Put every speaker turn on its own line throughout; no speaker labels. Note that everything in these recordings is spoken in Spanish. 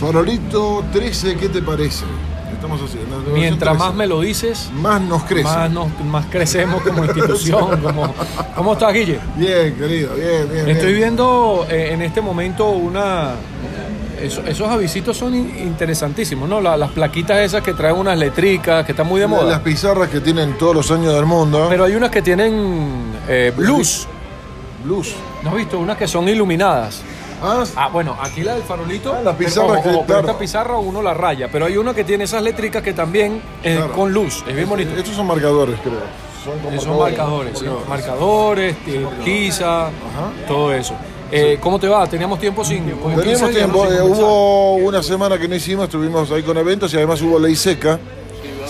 Farolito 13, ¿qué te parece? Estamos haciendo. la
Mientras más
versión
me lo dices,
13. Más nos crece.
más, nos- más crecemos como institución. como- ¿Cómo estás, Guille?
Bien, querido, bien, bien.
Estoy
bien.
viendo eh, en este momento una... eso- esos avisitos son in- interesantísimos, ¿no? La- las plaquitas esas que traen unas letricas, que están muy de
Las- Las
moda.
pizarras que tienen todos los años del mundo.
Pero hay unas que tienen eh, luz.
Luz.
¿No has visto? Unas que son iluminadas.
Ah,
Ah, bueno, aquí la del farolito.
Ah, las
pero
pizarras
ojo,
que-
ojo, pero
claro.
esta pizarra uno la raya, pero hay una que tiene esas letricas que también eh,
Claro.
con luz, es bien bonito.
estos son marcadores, creo. Son, como
Son marcadores, sí, marcadores, eh, tiza, todo eso. Eh, ¿Cómo te va? Teníamos tiempo sin. como 15
Teníamos
días, ¿no?
tiempo,
sin
eh,
conversar.
hubo una semana que no hicimos, estuvimos ahí con eventos y además hubo ley seca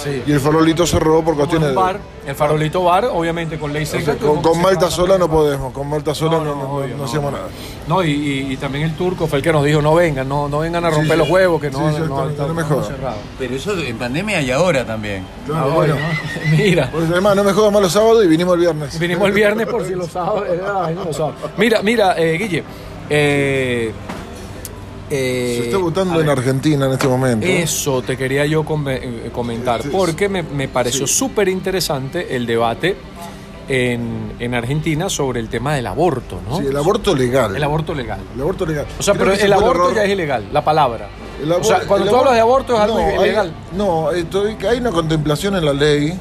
Sí.
y el farolito cerró por
Como en
cuestiones
un
de...
bar, el farolito bar, obviamente con ley
O sea,
seca.
con,
tuvimos
con
que
Malta
cerrar
sola no
también.
podemos, con Malta sola no,
No, no,
no-
obvio,
no
no,
hacíamos
no.
nada.
No, y, y- y también el turco fue el que nos dijo: no vengan, no, no vengan a romper
sí.
los huevos, que no,
Sí, sí,
no,
está- está
estamos
mejor.
cerrados.
Pero eso en pandemia y ahora también.
Claro,
Ahora,
bueno.
¿no? Mira.
Pues, además, no me jodas más los sábados y vinimos el viernes.
Vinimos el viernes por si lo sábados. era la vaina los sábados. Mira, mira, eh, Guille. eh, eh,
Se está
a
votando en
ver,
Argentina en este momento.
Eso te quería yo come- eh, comentar,
Sí, sí.
porque me, me pareció súper interesante el debate en, en Argentina sobre el tema del aborto, ¿no?
Sí, el aborto legal.
El aborto legal.
El aborto legal.
O sea,
Creo
pero
que ese
el
fue
aborto
error.
ya es ilegal, la palabra.
El
o sea,
abor-
cuando
el
tú
abor-
hablas de aborto es algo
No, hay-
ilegal.
No, estoy- hay una contemplación en la ley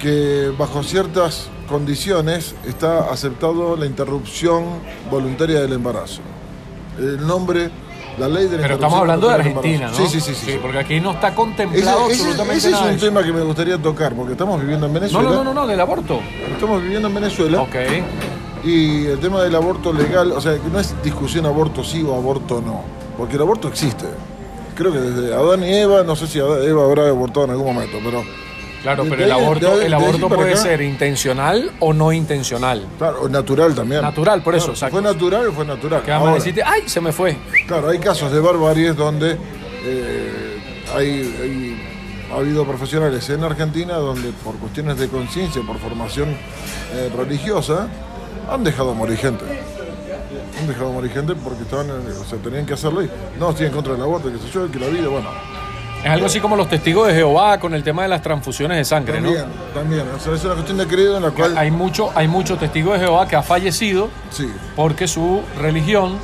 que bajo ciertas condiciones está aceptado la interrupción voluntaria del embarazo. El nombre, la ley de la interrupción
Pero estamos hablando de
voluntaria del
Argentina, ¿no?
embarazo. Sí, sí, sí. sí, sí.
Porque aquí no está
Ese,
contemplado
ese-
absolutamente
ese es
nada. de
un
eso.
tema que me gustaría tocar, porque estamos viviendo en
No,
Venezuela.
no, no, no, no, del aborto.
Estamos viviendo en Venezuela.
Ok.
Y el tema del aborto legal, o sea, que no es discusión aborto sí o aborto no, porque el aborto existe. Creo que desde Adán y Eva, no sé si Adán- Eva habrá abortado en algún momento, pero
Claro,
De-
pero
de
el
ahí- de
aborto,
ahí- de
el
ahí
aborto
para
puede
acá.
ser intencional o no intencional.
claro, natural también.
Natural, por eso,
Claro, si
exacto.
Fue natural, fue natural.
Que además
Ahora,
decirte, ay, se me fue.
Claro, hay casos de barbaries donde eh, hay, hay- ha habido profesionales en Argentina donde por cuestiones de conciencia, por formación eh, religiosa, han dejado morir gente. Han dejado morir gente porque estaban, en- o sea, tenían que hacerlo y no, estoy en contra del aborto, que sé yo, que la vida, bueno.
Es algo así como los testigos de Jehová con el tema de las transfusiones de sangre, ¿no?
También, también, o sea, es una cuestión de credo en la cual...
Hay mucho, hay mucho testigo de Jehová que ha fallecido
Sí.
porque su religión,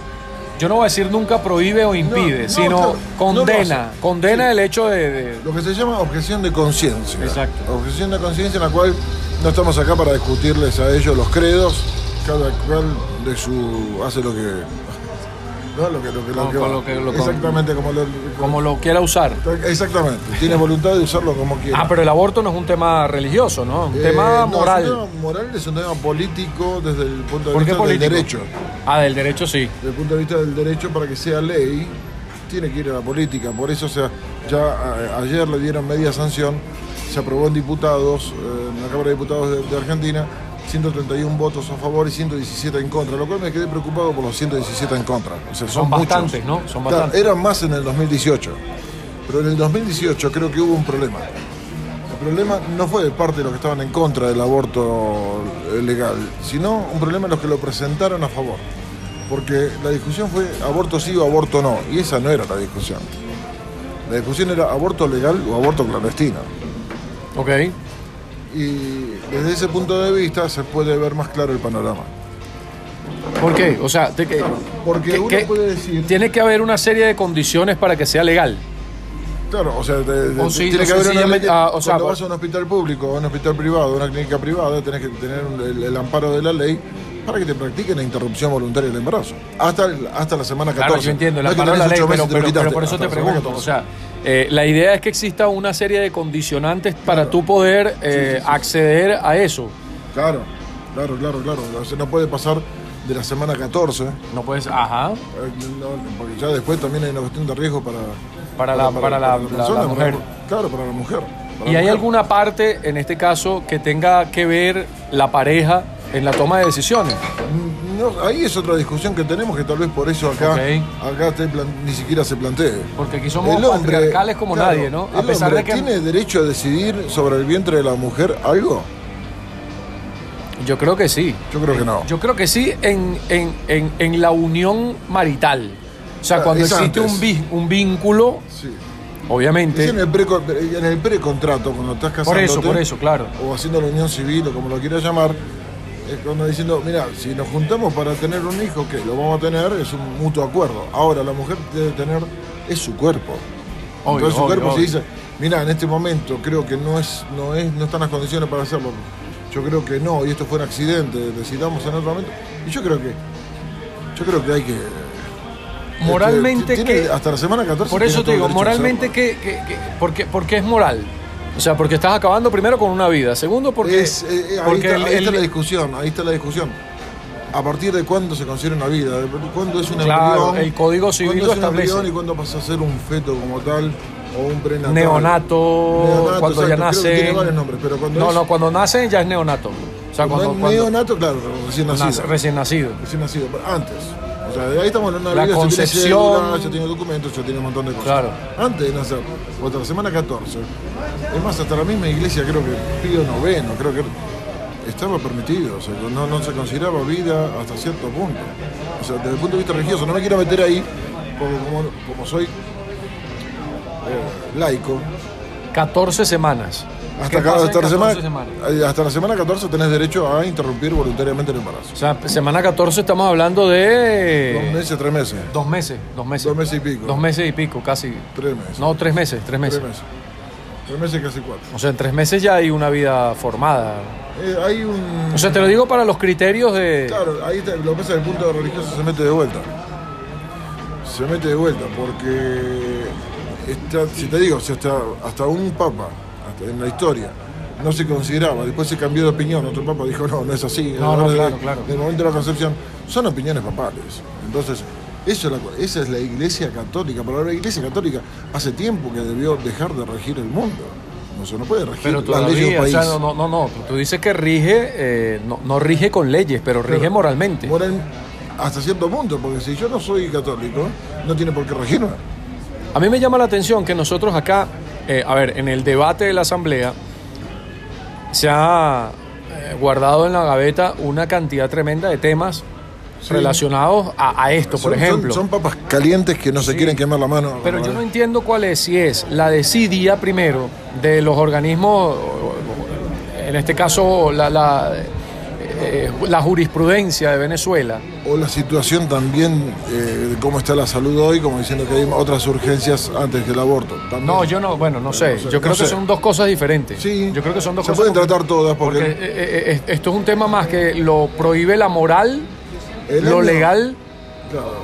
yo no voy a decir nunca prohíbe o impide,
No, no,
sino
claro, no lo
condena,
hace.
condena el hecho de, de-
Lo que se llama objeción de conciencia.
Exacto.
Objeción de conciencia en la cual no estamos acá para discutirles a ellos los credos, cada cual de su hace lo que no lo que lo que, lo
Con-
que
con
va.
lo que- lo- con-
exactamente como lo
como lo quiera usar.
exactamente, tiene voluntad de usarlo como quiera.
Ah, pero el aborto no es un tema religioso, ¿no? Un
Eh,
tema
no,
moral.
Es un tema moral es un tema político desde el punto de
¿Por qué
vista del
político?
derecho.
Ah, del derecho sí.
Desde el punto de vista del derecho para que sea ley, tiene que ir a la política. Por eso, o sea, ya a- ayer le dieron media sanción, se aprobó en diputados, eh, en la Cámara de Diputados de, de Argentina, 131 votos a favor y 117 en contra, lo cual me quedé preocupado por los 117 en contra. O sea, son,
Son
muchos.
bastantes, ¿no?
Claro,
Son bastantes.
eran más en el 2018. Pero en el 2018 creo que hubo un problema. El problema no fue de parte de los que estaban en contra del aborto eh, legal, sino un problema de los que lo presentaron a favor. Porque la discusión fue aborto sí o aborto no, y esa no era la discusión. La discusión era aborto legal o aborto clandestino.
Ok.
Y desde ese punto de vista se puede ver más claro el panorama.
¿Por qué? O sea, te- que-
Porque
que-
uno
que-
puede decir...
tiene que haber una serie de condiciones para que sea legal.
Claro, o sea, de- de-
O sí,
tiene
o
que haber una
sencillamente-
ley-
ah, o sea,
cuando
por-
vas a un hospital público, o a un hospital privado, a una clínica privada, tenés que tener un- el, el amparo de la ley para que te practiquen la interrupción voluntaria del embarazo. Hasta, el- hasta la semana 14.
Claro, yo entiendo, la
No es que
palabra
tenés
ley,
ocho meses y
pero,
te lo
pero-
quitaste.
pero por eso
Hasta
te
la semana
pregunto. O
14.
sea, eh, la idea es que exista una serie de condicionantes para tú poder eh, acceder a eso.
Claro, claro, claro, claro. O sea, no puede pasar de la semana 14, eh,
No puedes, ajá,
no, porque ya después también hay una cuestión de riesgo para,
para la, para la, la- la
persona, para
mujer.
claro, para la mujer. para
¿Y
la
hay
mujer.
alguna parte, en este caso, que tenga que ver la pareja en la toma de decisiones?
No, ahí es otra discusión que tenemos que tal vez por eso acá,
Ok.
acá te plan- ni siquiera se plantee.
Porque aquí somos patriarcales como
claro,
nadie, ¿no?
el hombre tiene derecho a decidir sobre el vientre de la mujer algo.
Yo creo que sí.
Yo creo que no.
Yo creo que sí en, en- en- en la unión marital. O sea,
Ah,
cuando
es
existe
antes.
un, vi- un vínculo,
Sí. Es
obviamente.
en el, precon- en el precontrato, cuando estás casándote.
Por eso, por eso, claro.
o haciendo la unión civil o como lo quieras llamar, es cuando diciendo, mira, si nos juntamos para tener un hijo, que lo vamos a tener, es un mutuo acuerdo. Ahora, la mujer debe tener, es su cuerpo.
Obvio,
Entonces su
obvio,
cuerpo
obvio.
se dice, mira, en este momento creo que no es, no es, no están las condiciones para hacerlo. Yo creo que no, y esto fue un accidente, decidamos en otro momento. Y yo creo que, yo creo que hay que.
Moralmente
este, tiene-
que-
hasta la semana 14.
Por
tiene
eso
todo
te
el
digo,
derecho a
moralmente,
hacerlo.
que, porque, es moral. O sea, porque estás acabando primero con una vida. Segundo, porque.
Es, eh, eh, ahí
porque
está-
el-
ahí está
el-
la discusión, ahí está la discusión. A partir de cuándo se considera una vida, de cuándo es un
Claro,
embrión,
el Código Civil
cuándo
lo
es un embrión
establece.
y cuándo pasa a ser un feto como tal o un prenatal.
neonato,
Neonato,
cuando ya
exacto, creo que
nacen.
tiene varios nombres, pero cuando
no,
es-
no, cuando nacen ya es neonato. O sea,
Cuando
cuando,
es
cuando
neonato, claro, recién nacido.
nace- recién nacido.
Recién nacido, pero antes. O sea, ahí estamos hablando de una
La
vida,
concepción.
ya tiene cédula, ya tiene documentos, ya tiene un montón de cosas.
Claro.
Antes de nacer, otra semana 14. Es más, hasta la misma iglesia creo que Pío noveno, creo que estaba permitido, o sea, no, no se consideraba vida hasta cierto punto. O sea, desde el punto de vista religioso, no me quiero meter ahí, porque como, como soy eh, laico,
14 semanas. ¿Qué
hasta,
pasa
cada,
en
hasta, la
14
semana,
semanas?
eh, hasta la semana 14 tenés derecho a interrumpir voluntariamente el embarazo.
O sea, semana 14 estamos hablando de.
Dos meses, tres meses,
Dos meses, dos meses.
Dos meses y pico.
Dos meses y pico, casi.
tres meses.
No, tres meses, tres meses.
Tres meses. Tres meses, casi cuatro.
O sea, en tres meses ya hay una vida formada.
Eh, hay un.
O sea, te lo digo para los criterios de.
Claro, ahí está, lo que pasa es que el punto religioso se mete de vuelta. Se mete de vuelta, porque. está- si te digo, si hasta, hasta un papa, hasta en la historia, no se consideraba, después se cambió de opinión, otro papa dijo, no, no es así.
No, no,
Desde-
claro, claro.
Desde el momento de la concepción, son opiniones papales. Entonces. Eso es la, co- esa es la Iglesia Católica, pero la Iglesia Católica hace tiempo que debió dejar de regir el mundo. No se no puede regir
Pero
las leyes de un
todavía, o
país.
sea, no, no, no, no. Tú dices que rige, eh, no, no rige con leyes, pero rige
Claro.
moralmente.
Moral- hasta cierto punto, porque si yo no soy católico, no tiene por qué regirme.
A mí me llama la atención que nosotros acá, eh, a ver, en el debate de la Asamblea, se ha eh, guardado en la gaveta una cantidad tremenda de temas relacionados a, a esto, por
Son- son-
ejemplo.
Son, papas calientes que no se quieren quemar la mano.
Pero yo no entiendo cuál es, si es la desidia primero de los organismos, en este caso la, la, eh, la jurisprudencia de Venezuela,
O la situación también, eh, de cómo está la salud hoy, como diciendo que hay otras urgencias antes que el aborto. También.
No, yo no, bueno, no sé.
no sé,
Yo creo
no
que
sé.
son dos cosas diferentes.
Sí.
Yo creo que son dos
Se
cosas.
pueden tratar todas, porque-
eh, eh, eh, esto es un tema más que lo prohíbe la moral,
El
lo
año-
legal.
Claro.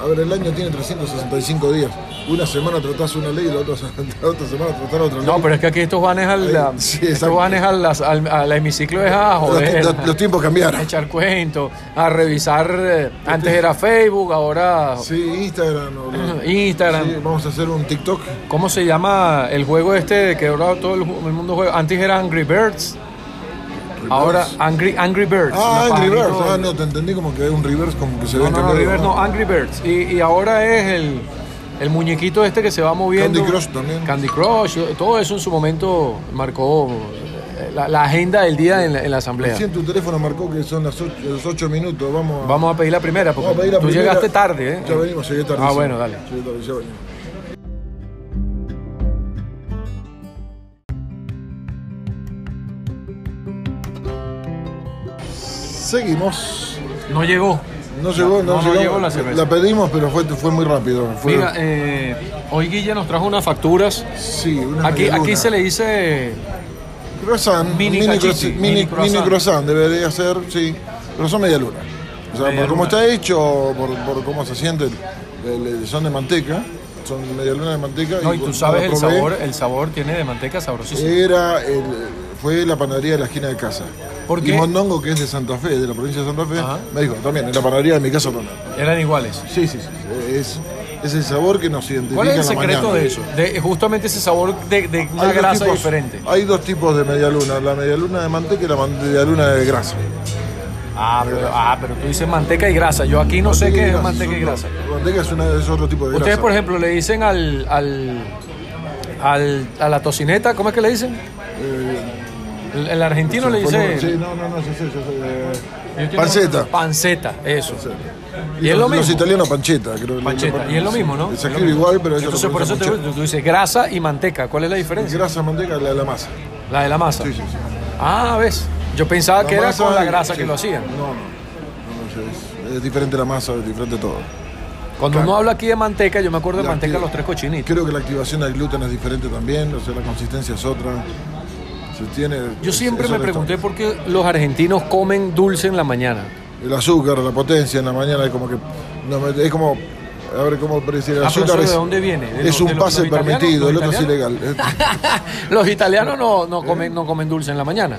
A ver, el año tiene 365 días. Una semana tratás una ley y la otra, la otra semana tratás otra ley.
No, pero es que aquí estos vanes al,
Ahí, sí,
estos
exacto.
vanes al, las- al- al hemiciclo es a
los,
joder,
los- los tiempos
a
cambiaron.
echar cuentos, a revisar. eh, antes era Facebook, ahora.
Sí, Instagram. o lo-
Instagram.
Sí, vamos a hacer un TikTok.
¿Cómo se llama el juego este que ahora todo el, ju- el mundo juega? Antes era Angry Birds, ahora Angry, Angry Birds.
Ah,
los
Angry Birds.
pajaritos.
Ah, no, te entendí como que hay un reverse como que se ve
No, no, no, River no, Angry Birds. Y, y ahora es el, el muñequito este que se va moviendo.
Candy Crush también.
Candy Crush, todo eso en su momento marcó eh, la, la agenda del día en la, en la asamblea.
Recién tu teléfono marcó que son las 8, los 8 minutos. Vamos a,
Vamos a pedir la primera porque
vamos a pedir la
tú
primera.
llegaste tarde, ¿eh?
Ya venimos, llegué tarde.
Ah,
sí.
bueno, dale.
Llegué tarde, ya venimos. Seguimos.
No llegó.
No llegó, no,
no, no
llegó.
llegó la cerveza.
pedimos, pero fue, fue muy rápido. Fue,
Mira, eh, hoy Guille nos trajo unas facturas.
sí, una
Aquí,
media
aquí
luna.
se le dice
Croissant,
Mini
mini,
cachichi,
croissant,
mini
mini,
croissant.
mini croissant debería ser, sí. Croissant media luna. O sea,
Media
por cómo
luna.
está hecho, por, por cómo se siente, le- le- son de manteca, son media luna de manteca.
No, y tú
cuando
sabes el
la probé,
sabor, el sabor tiene de manteca sabrosísimo.
Era el- fue la panadería de la esquina de casa.
¿Por qué?
Y Mondongo, que es de Santa Fe, de la provincia de Santa Fe,
Ajá.
me dijo, también, en la panadería de mi casa también.
Eran iguales.
Sí, sí, sí. Es, es el sabor que nos identifica
¿Cuál es el
en la
secreto
mañana.
de eso? De justamente ese sabor de, de
Hay
una
dos
grasa
tipos-
diferente.
Hay dos tipos de media luna, la media luna de manteca y la media luna de grasa.
Ah pero, ah, pero tú dices manteca y grasa. Yo aquí no sé qué es manteca y grasa.
Manteca es, una- es otro tipo de grasa.
Ustedes, por ejemplo, le dicen al, al, al- a la tocineta, ¿cómo es que le dicen?
Eh,
El, el argentino le dice.
Sí, no, no, no, yo sé, yo sé. eh,
Yo tengo-
panceta.
Panceta, eso. Y es lo
los, los
mismo.
italianos pancheta, creo. que-
Pancheta, y es lo mismo, ¿no?
Se escribe igual, pero ellos
Entonces,
lo
por eso te,
pronuncian
tú dices grasa y manteca. ¿Cuál es la
pancheta.
diferencia?
Grasa, manteca, la de la masa.
La de la masa.
Sí, sí, sí.
Ah, ves. Yo pensaba que era con la grasa que lo hacían.
No, no. no, no, es, es diferente la masa, es diferente todo.
Cuando uno habla aquí de manteca, yo me acuerdo de
La
manteca
acti-
los tres cochinitos.
Creo que la activación del gluten es diferente también, o sea, la consistencia es otra. Se tiene,
Yo
es-
siempre
es
me
otra
pregunté
historia.
por qué los argentinos comen dulce en la mañana.
El azúcar, la potencia en la mañana es como que. no me- es como. A ver, ¿cómo puedo decir? El
Ah, pero
azúcar
eso
es,
¿de dónde viene? ¿De
es
lo- de
un
lo-
pase
los italianos?
permitido,
¿Los
el otro es
italianos? Ah,
ilegal. Eh,
Los italianos no, no, comen, no comen dulce en la mañana.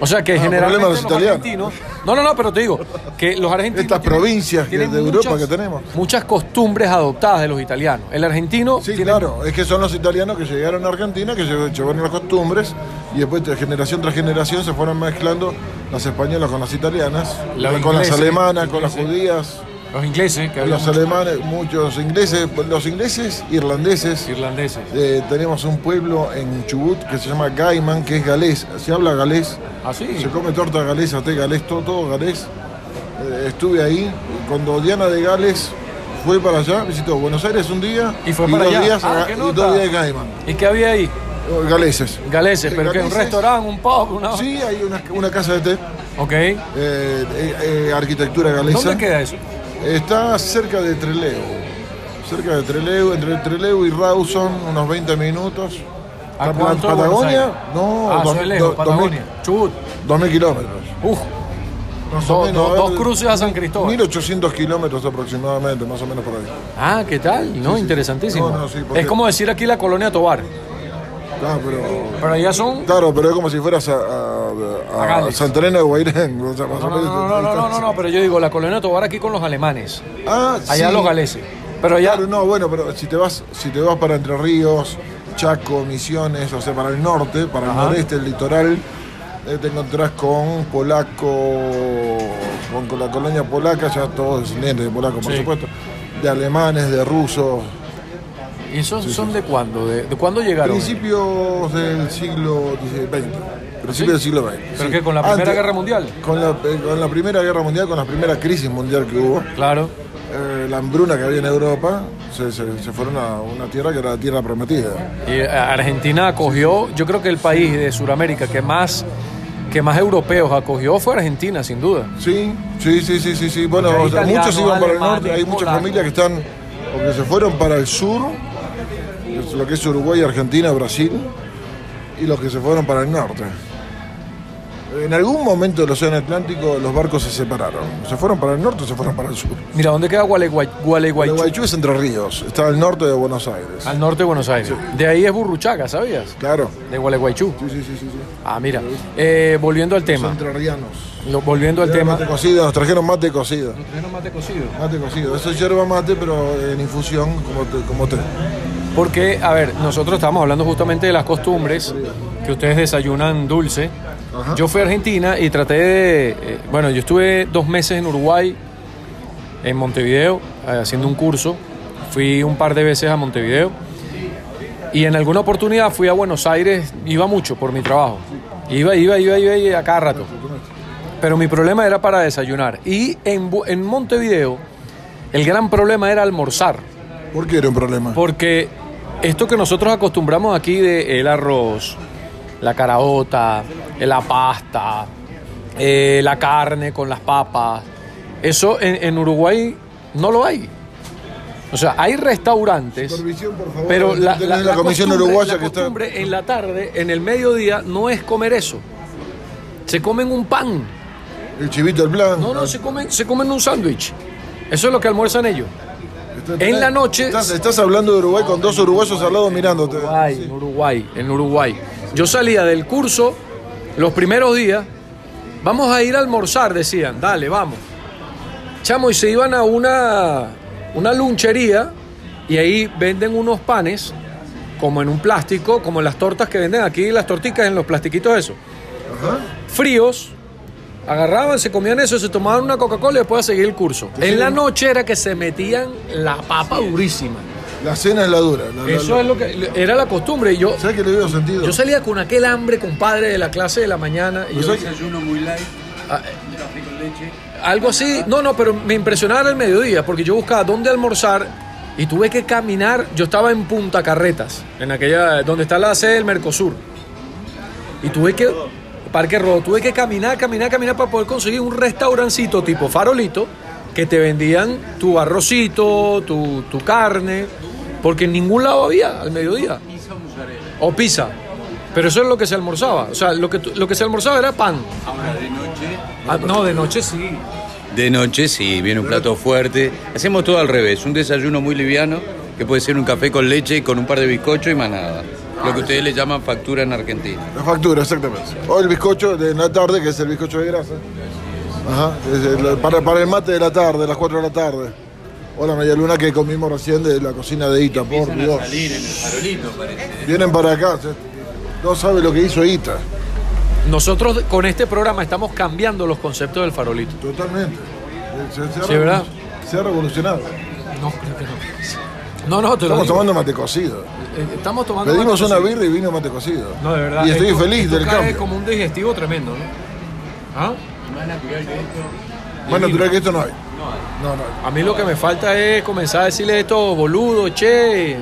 O sea que
Ah,
generalmente
problema de los
los,
italianos.
argentinos. No, no, no, pero te digo que los argentinos.
Estas provincias que- de Europa que tenemos.
Muchas costumbres adoptadas de los italianos. El argentino.
Sí,
tiene-
claro, es que son los italianos que llegaron a Argentina, que lle- llevaron las costumbres y después de generación tras generación se fueron mezclando las españolas con las italianas,
Los
con las
ingleses,
alemanas, con las
ingleses.
judías,
Los ingleses, que hablan
los alemanes, muchos ingleses, los ingleses, irlandeses.
irlandeses.
Eh, tenemos un pueblo en Chubut que se llama Gaiman, que es galés, se habla galés,
Ah, sí.
se come torta galesa, té galés, todo, todo galés. Eh, estuve ahí, cuando Diana de Gales fue para allá, visitó Buenos Aires un día
Y fue para
dos
allá.
días
Ah,
a-
qué
y
nota.
dos días a Gaiman.
¿Y qué había ahí?
Galeses.
Galeses, pero que un
Galeses.
restaurante, un pub, una.
Sí, hay una, una casa de té, eh,
Ok.
eh, eh, arquitectura galesa.
¿Dónde queda eso?
Está cerca de Trelew, cerca de Trelew, entre Trelew y Rawson, unos 20 minutos.
¿A
¿La
cuánto de
Patagonia?
Ah, Buenos Aires?
No,
ah,
dos-
soy
do-
lejos,
dos mil-
Patagonia. Chubut.
2.000 kilómetros.
Uf,
Más o
do-
menos, eh,
do-
a ver,
dos cruces a San Cristóbal.
1.800 kilómetros aproximadamente, más o menos por ahí.
Ah, ¿qué tal? No,
sí.
interesantísimo.
No, no, sí, porque-
es como decir aquí la colonia Tobar.
Claro, Ah, pero,
Pero allá son.
claro, pero es como si fueras a, a, a-
A Gales.
Santa Elena de Guairén. o sea, más
No,
o
no,
menos
no, no, no, no, no, no, no, pero yo digo la colonia Tobar aquí con los alemanes.
Ah,
Allá
sí.
los galeses. Pero allá.
Claro, no, bueno, pero si te vas, si te vas para Entre Ríos, Chaco, Misiones, o sea, para el norte, para
Ajá.
el noreste, el litoral, eh, te encontrás con polaco, con, con la colonia polaca, ya todos descendientes de polaco, por
Sí.
supuesto, de alemanes, de rusos,
¿Y esos son de cuándo? ¿De, de cuándo llegaron?
principios del siglo XX. Principios del siglo XX.
¿Pero qué, con la Primera Guerra Mundial?
Con la, eh, con la Primera Guerra Mundial, con la primera crisis mundial que hubo.
Claro.
eh, la hambruna que había en Europa, se, se- se fueron a una tierra que era la tierra prometida.
Y eh, Argentina acogió, yo creo que el país de Sudamérica que más, que más europeos acogió fue Argentina, sin duda.
Sí, sí, sí, sí, sí. sí. Bueno,
Porque hay
o sea,
italianos,
muchos iban para el
alemanes,
norte, hay muchas
polacos.
familias que están, o que se fueron para el sur, que es lo que es Uruguay, Argentina, Brasil, y los que se fueron para el norte. En algún momento del Océano Atlántico los barcos se separaron. Se fueron para el norte o se fueron para el sur.
Mira, ¿dónde queda Gualeguay, Gualeguaychú?
Gualeguaychú es Entre Ríos, está al norte de Buenos Aires.
Al norte de Buenos Aires. De ahí es Burruchaca, ¿sabías?
Claro.
De Gualeguaychú.
Sí, sí, sí, sí. sí.
Ah, mira. Eh, volviendo al
Son
tema.
entrerrianos.
Lo- volviendo al tema.
Mate cocido, nos trajeron mate cocido.
mate cocido.
Mate cocido. Eso es yerba mate, pero en infusión, como te. Como te.
Porque, a ver, nosotros estamos hablando justamente de las costumbres, que ustedes desayunan dulce.
Ajá.
Yo fui a Argentina y traté de... eh, bueno, yo estuve dos meses en Uruguay, en Montevideo, eh, haciendo un curso. Fui un par de veces a Montevideo. Y en alguna oportunidad fui a Buenos Aires, iba mucho por mi trabajo. Iba, iba, iba, iba, y a cada rato. Pero mi problema era para desayunar. Y en, Bu- en Montevideo, el gran problema era almorzar.
¿Por qué era un problema?
Porque esto que nosotros acostumbramos aquí de el arroz, la caraota, la pasta, eh, la carne con las papas, eso en, en Uruguay no lo hay. O sea, hay restaurantes,
Supervisión, por favor.
pero la,
Tenés
la- la
comisión
costumbre-
uruguaya
la
que está.
costumbre en la tarde, en el mediodía, no es comer eso. Se comen un pan.
El chivito, el blanco.
No, no, se comen, se comen un sándwich. Eso es lo que almuerzan ellos.
Está-
en la noche-
Estás, estás hablando de Uruguay con dos uruguayos al lado mirándote.
Uruguay, en Uruguay, en Uruguay. Yo salía del curso los primeros días, vamos a ir a almorzar, decían, dale, vamos. Chamo, y se iban a una, una lunchería y ahí venden unos panes, como en un plástico, como en las tortas que venden aquí, las torticas en los plastiquitos esos. Fríos, agarraban, se comían eso, se tomaban una Coca-Cola y después a seguir el curso. En la noche era que se metían la papa durísima.
Y La cena es la dura. la- la-
Eso
la-
es lo que era la costumbre. Y yo,
¿Sabes que le veo sentido?
yo salía con aquel hambre, compadre, de la clase de la mañana. Y
Pues
yo,
hay-
Desayuno muy light,
ah,
eh. café con leche.
algo así. No, no, pero me impresionaba era el mediodía, porque yo buscaba dónde almorzar y tuve que caminar. Yo estaba en Punta Carretas, en aquella donde está la sede del Mercosur. Y tuve que. Parque Rodo, tuve que caminar, caminar, caminar para poder conseguir un restaurancito tipo farolito que te vendían tu arrocito, tu, tu carne, porque en ningún lado había al mediodía.
Pizza mozzarella.
o pizza. Pero eso es lo que se almorzaba. O sea, lo que, tu- lo que se almorzaba era pan.
Ahora de noche.
Ah, no, de noche sí.
De noche sí, viene un plato fuerte. Hacemos todo al revés, un desayuno muy liviano, que puede ser un café con leche, con un par de bizcochos y más nada. Lo que ustedes le llaman factura en Argentina.
La factura, exactamente. O el bizcocho de la tarde, que es el bizcocho de grasa. Ajá, es el- para, para el mate de la tarde, a las 4 de la tarde. O la media luna que comimos recién de la cocina de Ita, por Dios.
en el farolito, parece.
Vienen para acá, se- no sabe lo que hizo Ita.
Nosotros con este programa estamos cambiando los conceptos del farolito.
Totalmente. Eh, Se, se ha
Sí,
revolu-
¿verdad?
se ha revolucionado.
No, creo que no. No, no, te lo
Estamos
digo.
tomando mate cocido.
Eh, Estamos tomando
Pedimos
mate
una
cocido.
birra y vino mate cocido.
No, de verdad.
Y estoy
esto-
feliz
esto
del
cae
cambio.
como un digestivo tremendo, ¿no? ¿Ah?
Más natural que esto no hay. No, no hay.
A mí lo que me falta es comenzar a decirle esto, boludo, che.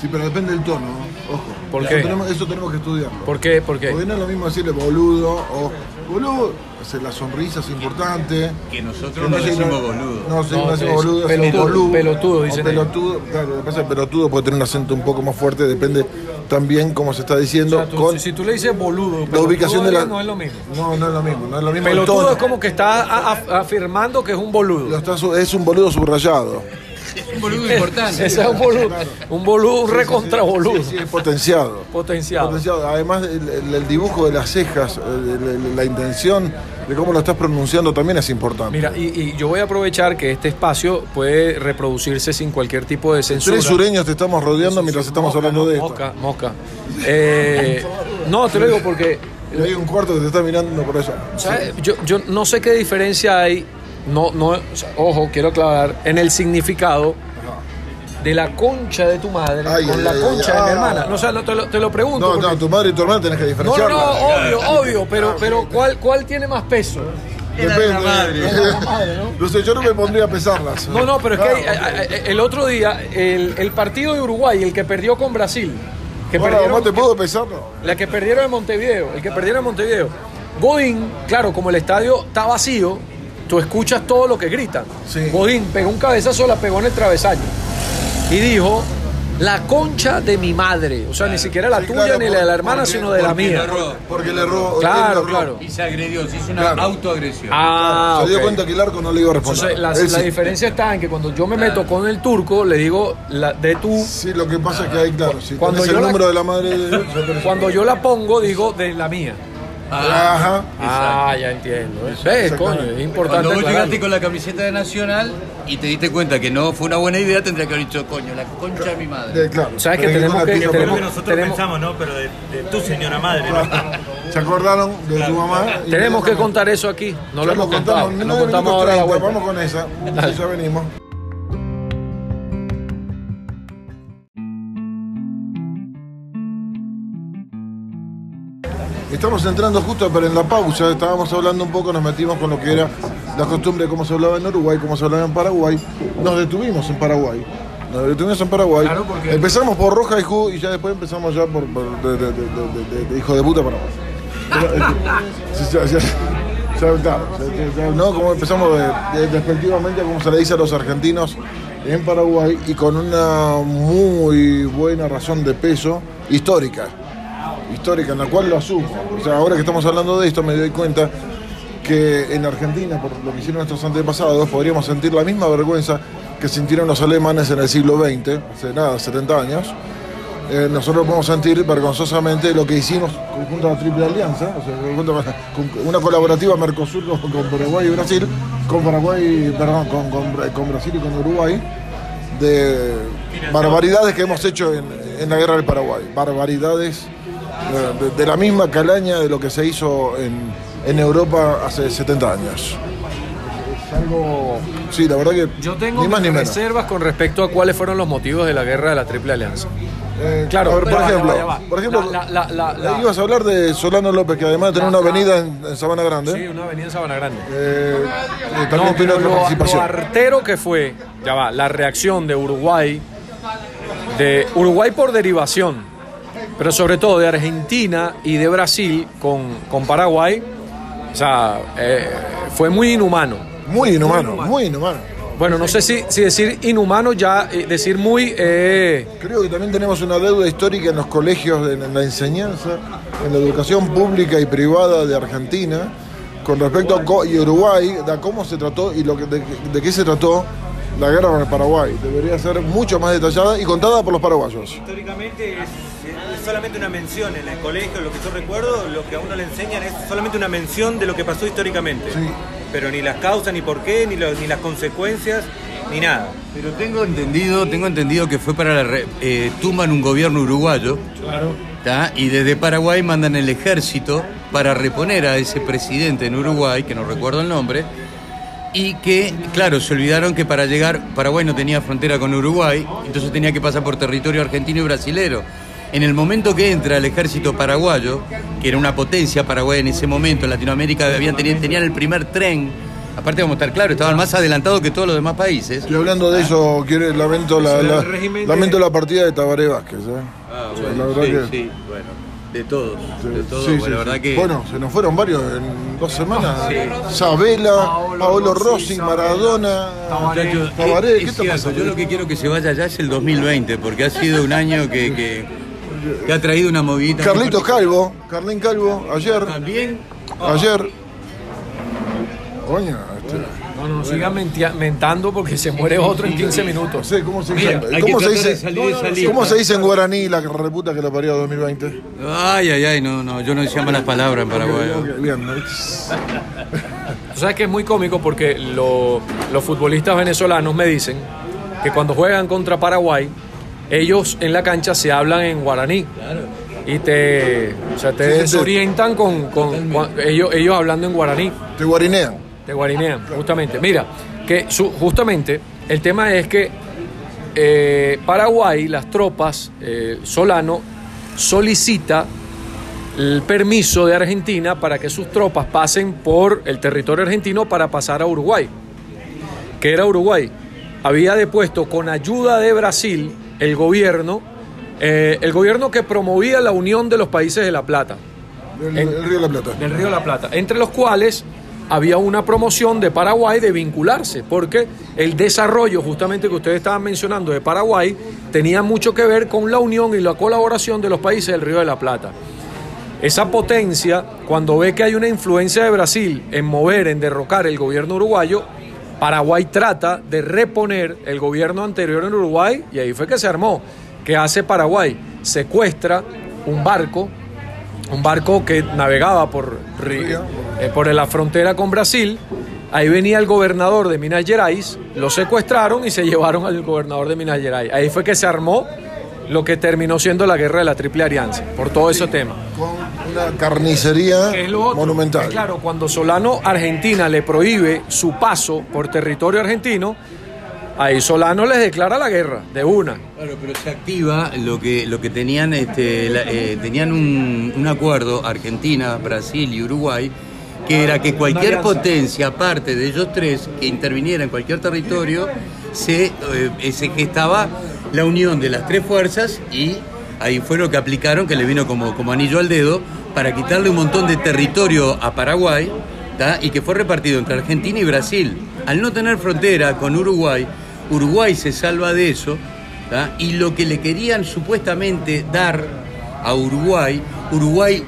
Sí, pero depende del tono, ojo.
¿Por
eso
qué?
Tenemos, eso tenemos que estudiarlo.
¿Por qué? ¿Por qué?
Porque no es lo mismo decirle boludo o boludo. Hacer la sonrisa es importante.
Que nosotros
Que
no
se-
decimos boludo.
No, sí,
No,
no decimos
es
boludo, decimos
pelotudo,
boludo.
pelotudo,
O
dicen ellos.
Pelotudo, claro, lo que pasa es que pelotudo puede tener un acento un poco más fuerte, depende también cómo se está diciendo.
O sea, tú-
con
si tú le dices boludo,
la ubicación de la.
no es lo mismo.
No, no es lo mismo, no es lo mismo. el
Pelotudo
tono.
es como que está a- a- afirmando que es un boludo.
Lo está su- es un boludo subrayado.
Un boludo importante.
Ese es un boludo, un boludo, un recontraboludo,
Sí, es potenciado.
potenciado.
Potenciado. Además, el, el- el dibujo de las cejas, eh, el- el- la intención de cómo lo estás pronunciando también es importante.
Mira, y, y yo voy a aprovechar que este espacio puede reproducirse sin cualquier tipo de censura.
Tres sureños te estamos rodeando mientras estamos hablando de esto.
Mosca, mosca. Eh, no, te lo digo porque
Y hay un cuarto que te está mirando por allá.
¿sabes? Yo, yo no sé qué diferencia hay, no, no, o sea, ojo, quiero aclarar, en el significado de la concha de tu madre
Ay,
con
ay,
la
ay,
concha
ay,
de mi
ah.
hermana. No, o sea, no, te, lo, te lo pregunto.
No,
porque-
no, tu madre y tu hermana tenés que
No, no,
diferenciarla.
no, obvio, obvio, pero,
Ah,
pero ¿cuál, ¿cuál tiene más peso?
Depende.
Era la madre.
Era la madre, ¿no?
No sé, yo no me pondría a pesarlas.
No, no, pero es que
Claro.
hay- hay- hay- el otro día, el, el partido de Uruguay, el que perdió con Brasil, que
Ahora,
perdieron-
¿no te puedo pesarlo?
la que perdieron en Montevideo, el que perdieron en Montevideo. Godín, claro, como el estadio está vacío, tú escuchas todo lo que gritan.
Sí.
Godín pegó un cabezazo, la pegó en el travesaño. Y dijo, la concha de mi madre. O sea, ni siquiera la
Sí,
tuya
claro,
ni la de la
porque-
hermana,
porque-
sino de la
porque
mía.
erró.
Porque le erró.
Claro,
él le erró.
claro.
Y se agredió, se hizo una
Claro.
autoagresión.
Ah,
se dio
ok.
cuenta que el arco no le iba a responder.
Entonces, la,
Él
la
sí.
diferencia está en que cuando yo me meto con el turco, le digo la, de tú.
Sí, lo que pasa es que ahí, claro, si
Cuando
tenés
yo
el
la-
número de la madre de
Cuando yo la pongo, digo de la mía.
Ah.
Ajá.
Ah, ya entiendo. ¿eh? ¿Ves, coño? Es importante.
Cuando vos
aclararlo.
llegaste con la camiseta de Nacional y te diste cuenta que no fue una buena idea, tendría que haber dicho, coño, la concha de mi madre.
Eh, claro.
¿Sabes que
Tenés
tenemos
con la
que-
pija
que
Creo
por-
que nosotros
tenemos-
pensamos, ¿no? Pero de, de tu señora madre, ¿no?
Se acordaron de tu mamá. y
Tenemos que
inmediatamente-
contar eso aquí. No
Ya
lo hemos contado.
en
Lo
nueve
contamos
minutos
ahora a la
30,
vuelta.
Vamos con esa.
Dale.
Ya venimos. Estamos entrando justo pero en la pausa, estábamos hablando un poco, nos metimos con lo que era la costumbre de cómo se hablaba en Uruguay, cómo se hablaba en Paraguay, nos detuvimos en Paraguay, nos detuvimos en Paraguay,
Claro, porque-
empezamos por Roja y Ju y ya después empezamos ya por, por- de, de- de- de- de- de hijo de puta Paraguay. Pero, eh, ya, ya- ya- claro, ya- ya- ya- no, como empezamos de- de- despectivamente como se le dice a los argentinos en Paraguay y con una muy buena razón de peso histórica histórica en la cual lo asumo. O sea, ahora que estamos hablando de esto me doy cuenta que en Argentina, por lo que hicieron nuestros antepasados, podríamos sentir la misma vergüenza que sintieron los alemanes en el siglo XX, hace nada, 70 años. Eh, nosotros podemos sentir vergonzosamente lo que hicimos junto a la Triple Alianza, o sea, junto con- con una colaborativa Mercosur con, con Paraguay y Brasil, con Paraguay, perdón, con, con- con Brasil y con Uruguay, de barbaridades que hemos hecho en, en la guerra del Paraguay, barbaridades eh, de, de la misma calaña de lo que se hizo en, en Europa hace 70 años.
algo...
Sí, la verdad que.
Yo tengo
ni más ni
mis
menos.
reservas con respecto a cuáles fueron los motivos de la guerra de la Triple Alianza.
Eh,
Claro,
a ver,
pero
por
ya va,
ejemplo,
ya va.
por ejemplo
La- la- la- la-
eh, ibas a hablar de Solano López, que además tiene
La-
una
la-
avenida en, en Sabana Grande.
Sí, una avenida en Sabana Grande.
Eh, eh, también
No,
tiene
pero
otra
lo, lo
participación.
artero que fue, ya va, la reacción de Uruguay, de Uruguay por derivación, pero sobre todo de Argentina y de Brasil con, con Paraguay, o sea, eh, fue muy inhumano.
Muy inhumano, muy inhumano.
Bueno, no sé si, si decir inhumano ya, eh, decir muy... eh,
Creo que también tenemos una deuda histórica en los colegios, en, en la enseñanza, en la educación pública y privada de Argentina, con respecto a co- y Uruguay, de a cómo se trató y lo que, de, de qué se trató la guerra con el Paraguay. Debería ser mucho más detallada y contada por los paraguayos.
Históricamente es, es solamente una mención en el colegio, lo que yo recuerdo, lo que a uno le enseñan es solamente una mención de lo que pasó históricamente. Pero ni las causas, ni por qué, ni, lo- ni las consecuencias, ni nada.
Pero tengo entendido, tengo entendido que fue para la re- eh, tumban un gobierno uruguayo. ¿tá? Y desde Paraguay mandan el ejército para reponer a ese presidente en Uruguay, que no recuerdo el nombre, y que, claro, se olvidaron que para llegar Paraguay no tenía frontera con Uruguay, entonces tenía que pasar por territorio argentino y brasilero. En el momento que entra el ejército paraguayo, que era una potencia Paraguay en ese momento, en Latinoamérica habían tenido, tenían el primer tren, aparte vamos a estar claros, estaban más adelantados que todos los demás países.
Estoy hablando de eso, quiere- lamento, la, la- lamento la partida de Tabaré Vázquez. ¿eh?
Ah,
O sea,
bueno,
la verdad
sí,
que-
sí, bueno, de todos, de todos,
Sí,
bueno,
sí,
la
sí.
verdad que...
Bueno, se nos fueron varios en dos semanas. Sabela, Paolo, Rossi, Maradona,
Muchachos,
Tabaré,
es-
¿qué
es
está
cierto,
pasando?
Yo lo que quiero que se vaya ya es el 2020, porque ha sido un año que, que, que ha traído una movidita. muy
Carlitos Calvo, Carlín Calvo, ayer,
También,
ayer. Coño, este,
no, no, sigan mentia- mentando porque se muere otro en 15
no
minutos.
sé, ¿cómo se dice?
Mira, hay
¿Cómo
que
se
tratar de
dice?
salir de esa lista.
¿Cómo se dice en guaraní la reputa que la parió 2020?
ay, ay, ay, no, no, yo no decía malas palabras en Paraguay.
Bien,
Tú sabes que es muy cómico porque lo- los futbolistas venezolanos me dicen que cuando juegan contra Paraguay, ellos en la cancha se hablan en guaraní. Y te, o sea, te
Sí, sí.
desorientan con, con- con- ellos, ellos hablando en guaraní.
te guarinean.
Te guarinean, justamente. Mira, que su- justamente el tema es que eh, Paraguay, las tropas, eh, Solano, solicita el permiso de Argentina para que sus tropas pasen por el territorio argentino para pasar a Uruguay, que era Uruguay. Había depuesto con ayuda de Brasil el gobierno, eh, el gobierno que promovía la unión de los países de La Plata
El,
En-
el Río de la Plata.
del Río de la Plata, entre los cuales había una promoción de Paraguay de vincularse, porque el desarrollo justamente que ustedes estaban mencionando de Paraguay tenía mucho que ver con la unión y la colaboración de los países del Río de la Plata. Esa potencia, cuando ve que hay una influencia de Brasil en mover, en derrocar el gobierno uruguayo, Paraguay trata de reponer el gobierno anterior en Uruguay y ahí fue que se armó. ¿Qué hace Paraguay? Secuestra un barco, un barco que navegaba por, Ri- eh, por la frontera con Brasil. Ahí venía el gobernador de Minas Gerais, lo secuestraron y se llevaron al gobernador de Minas Gerais. Ahí fue que se armó lo que terminó siendo la guerra de la Triple Alianza, por todo ese tema.
Con una carnicería
Que es lo otro.
monumental.
Que Claro, cuando Solano Argentina le prohíbe su paso por territorio argentino, ahí Solano les declara la guerra de una.
Claro, pero se activa lo que, lo que tenían, este, la- eh, tenían un, un acuerdo Argentina, Brasil y Uruguay, que era que cualquier
alianza.
potencia, aparte de ellos tres, que interviniera en cualquier territorio, se, eh, eh, se gestaba la unión de las tres fuerzas y ahí fue lo que aplicaron, que le vino como, como anillo al dedo, para quitarle un montón de territorio a Paraguay ¿tá? y que fue repartido entre Argentina y Brasil. Al no tener frontera con Uruguay, Uruguay se salva de eso ¿tá? y lo que le querían supuestamente dar a Uruguay, Uruguay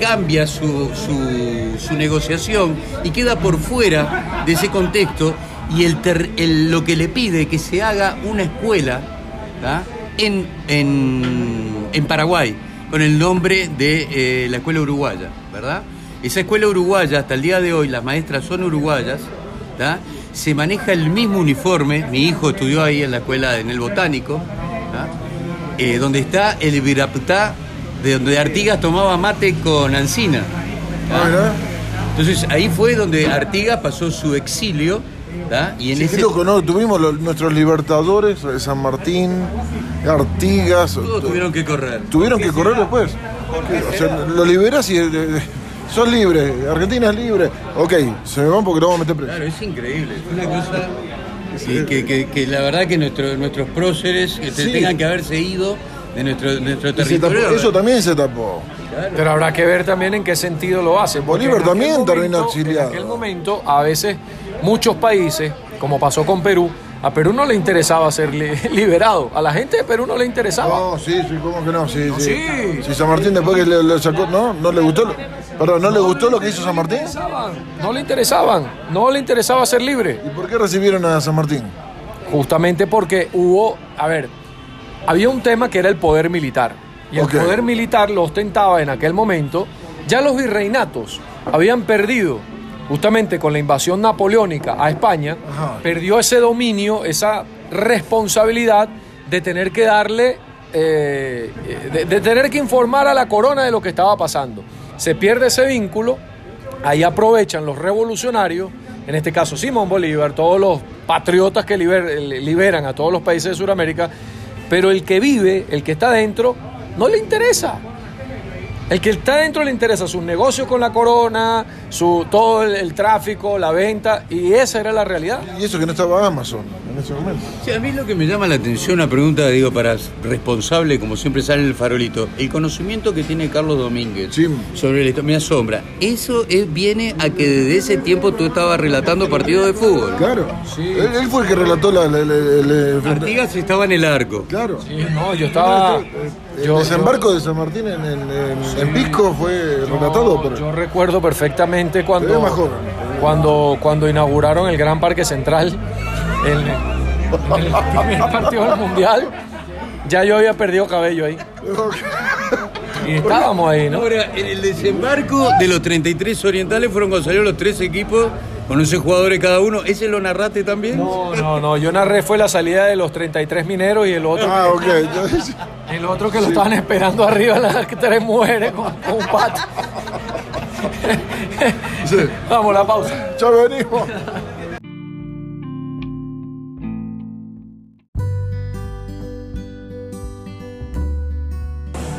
cambia su, su- su negociación y queda por fuera de ese contexto y el ter- el- lo que le pide que se haga una escuela ¿tá? en, en- en Paraguay con el nombre de eh, la escuela uruguaya, ¿verdad? Esa escuela uruguaya, hasta el día de hoy, las maestras son uruguayas, ¿tá? se maneja el mismo uniforme, mi hijo estudió ahí en la escuela, en el botánico, ¿tá? eh, donde está el Viraptá, de donde Artigas tomaba mate con Ancina.
Ah, mirá.
Entonces ahí fue donde Artigas pasó su exilio ¿tá? Y en
Sí,
ese-
qué loco, ¿no? Tuvimos los- nuestros libertadores, eh, San Martín, Artigas.
todos tuvieron que correr.
Tuvieron que correr después. Que, O sea, lo liberás y. eh, eh, sos libre, Argentina es libre. Ok, se me van porque lo vamos a meter preso.
Claro, es increíble. Fue una cosa que, que- que- que la verdad que nuestro- nuestros próceres que se
Sí.
tengan que haberse ido de nuestro, de nuestro
Y se tapó-
territorio.
eh.
eso también se tapó.
Pero habrá que ver también en qué sentido lo hace. porque
Bolívar
en aquel
también terminó
momento-
exiliado.
En aquel momento, a veces, muchos países, como pasó con Perú, a Perú no le interesaba ser li- liberado. A la gente de Perú no le interesaba.
No, sí, sí, ¿cómo que no? Sí, sí.
Ah, sí.
Si San Martín después que le, le sacó. No, no le gustó. lo- Perdón, ¿no le gustó lo que hizo San Martín?
Interesaban, No le interesaban. No le interesaba ser libre.
¿Y por qué recibieron a San Martín?
Justamente porque hubo, a ver, había un tema que era el poder militar. Y el
Ok.
poder militar lo ostentaba en aquel momento. Ya los virreinatos habían perdido, justamente con la invasión napoleónica a España,
Ajá.
perdió ese dominio, esa responsabilidad de tener que darle, eh, eh, de, de tener que informar a la corona de lo que estaba pasando. Se pierde ese vínculo, ahí aprovechan los revolucionarios, en este caso Simón Bolívar, todos los patriotas que liber- li- liberan a todos los países de Sudamérica, pero el que vive, el que está dentro, no le interesa. El que está dentro le interesa sus negocios con la corona, su, todo el, el tráfico, la venta, y esa era la realidad.
Y eso que no estaba Amazon en ese momento.
Sí, a mí lo que me llama la atención, una pregunta, digo, para responsable, como siempre sale en el farolito, el conocimiento que tiene Carlos Domínguez
Sí.
sobre la historia, me asombra. Eso es, viene a que desde ese tiempo tú estabas relatando partidos de fútbol.
Claro. Él, él fue el que relató la. la- la- la- la-
Artigas estaba en el arco.
Claro. eh,
No, yo estaba.
El
Ah, yo-
desembarco de San Martín en, en- en- en Pisco fue
yo-
relatado por.
Yo recuerdo perfectamente
Te
cuando,
ves más joven.
cuando, cuando inauguraron el Gran Parque Central, el, en el primer partido del Mundial, ya yo había perdido cabello ahí. Y estábamos ahí, ¿no?
Ahora, en el desembarco de los 33 orientales fueron cuando salieron los tres equipos con 11 jugadores cada uno. ¿Ese lo narraste también?
No, no, no. Yo narré fue la salida de los 33 mineros y el otro,
Ah, ok. Yo-
el otro que lo estaban esperando arriba las tres mujeres con, con un pato.
sí.
Vamos, la pausa.
Ya venimos.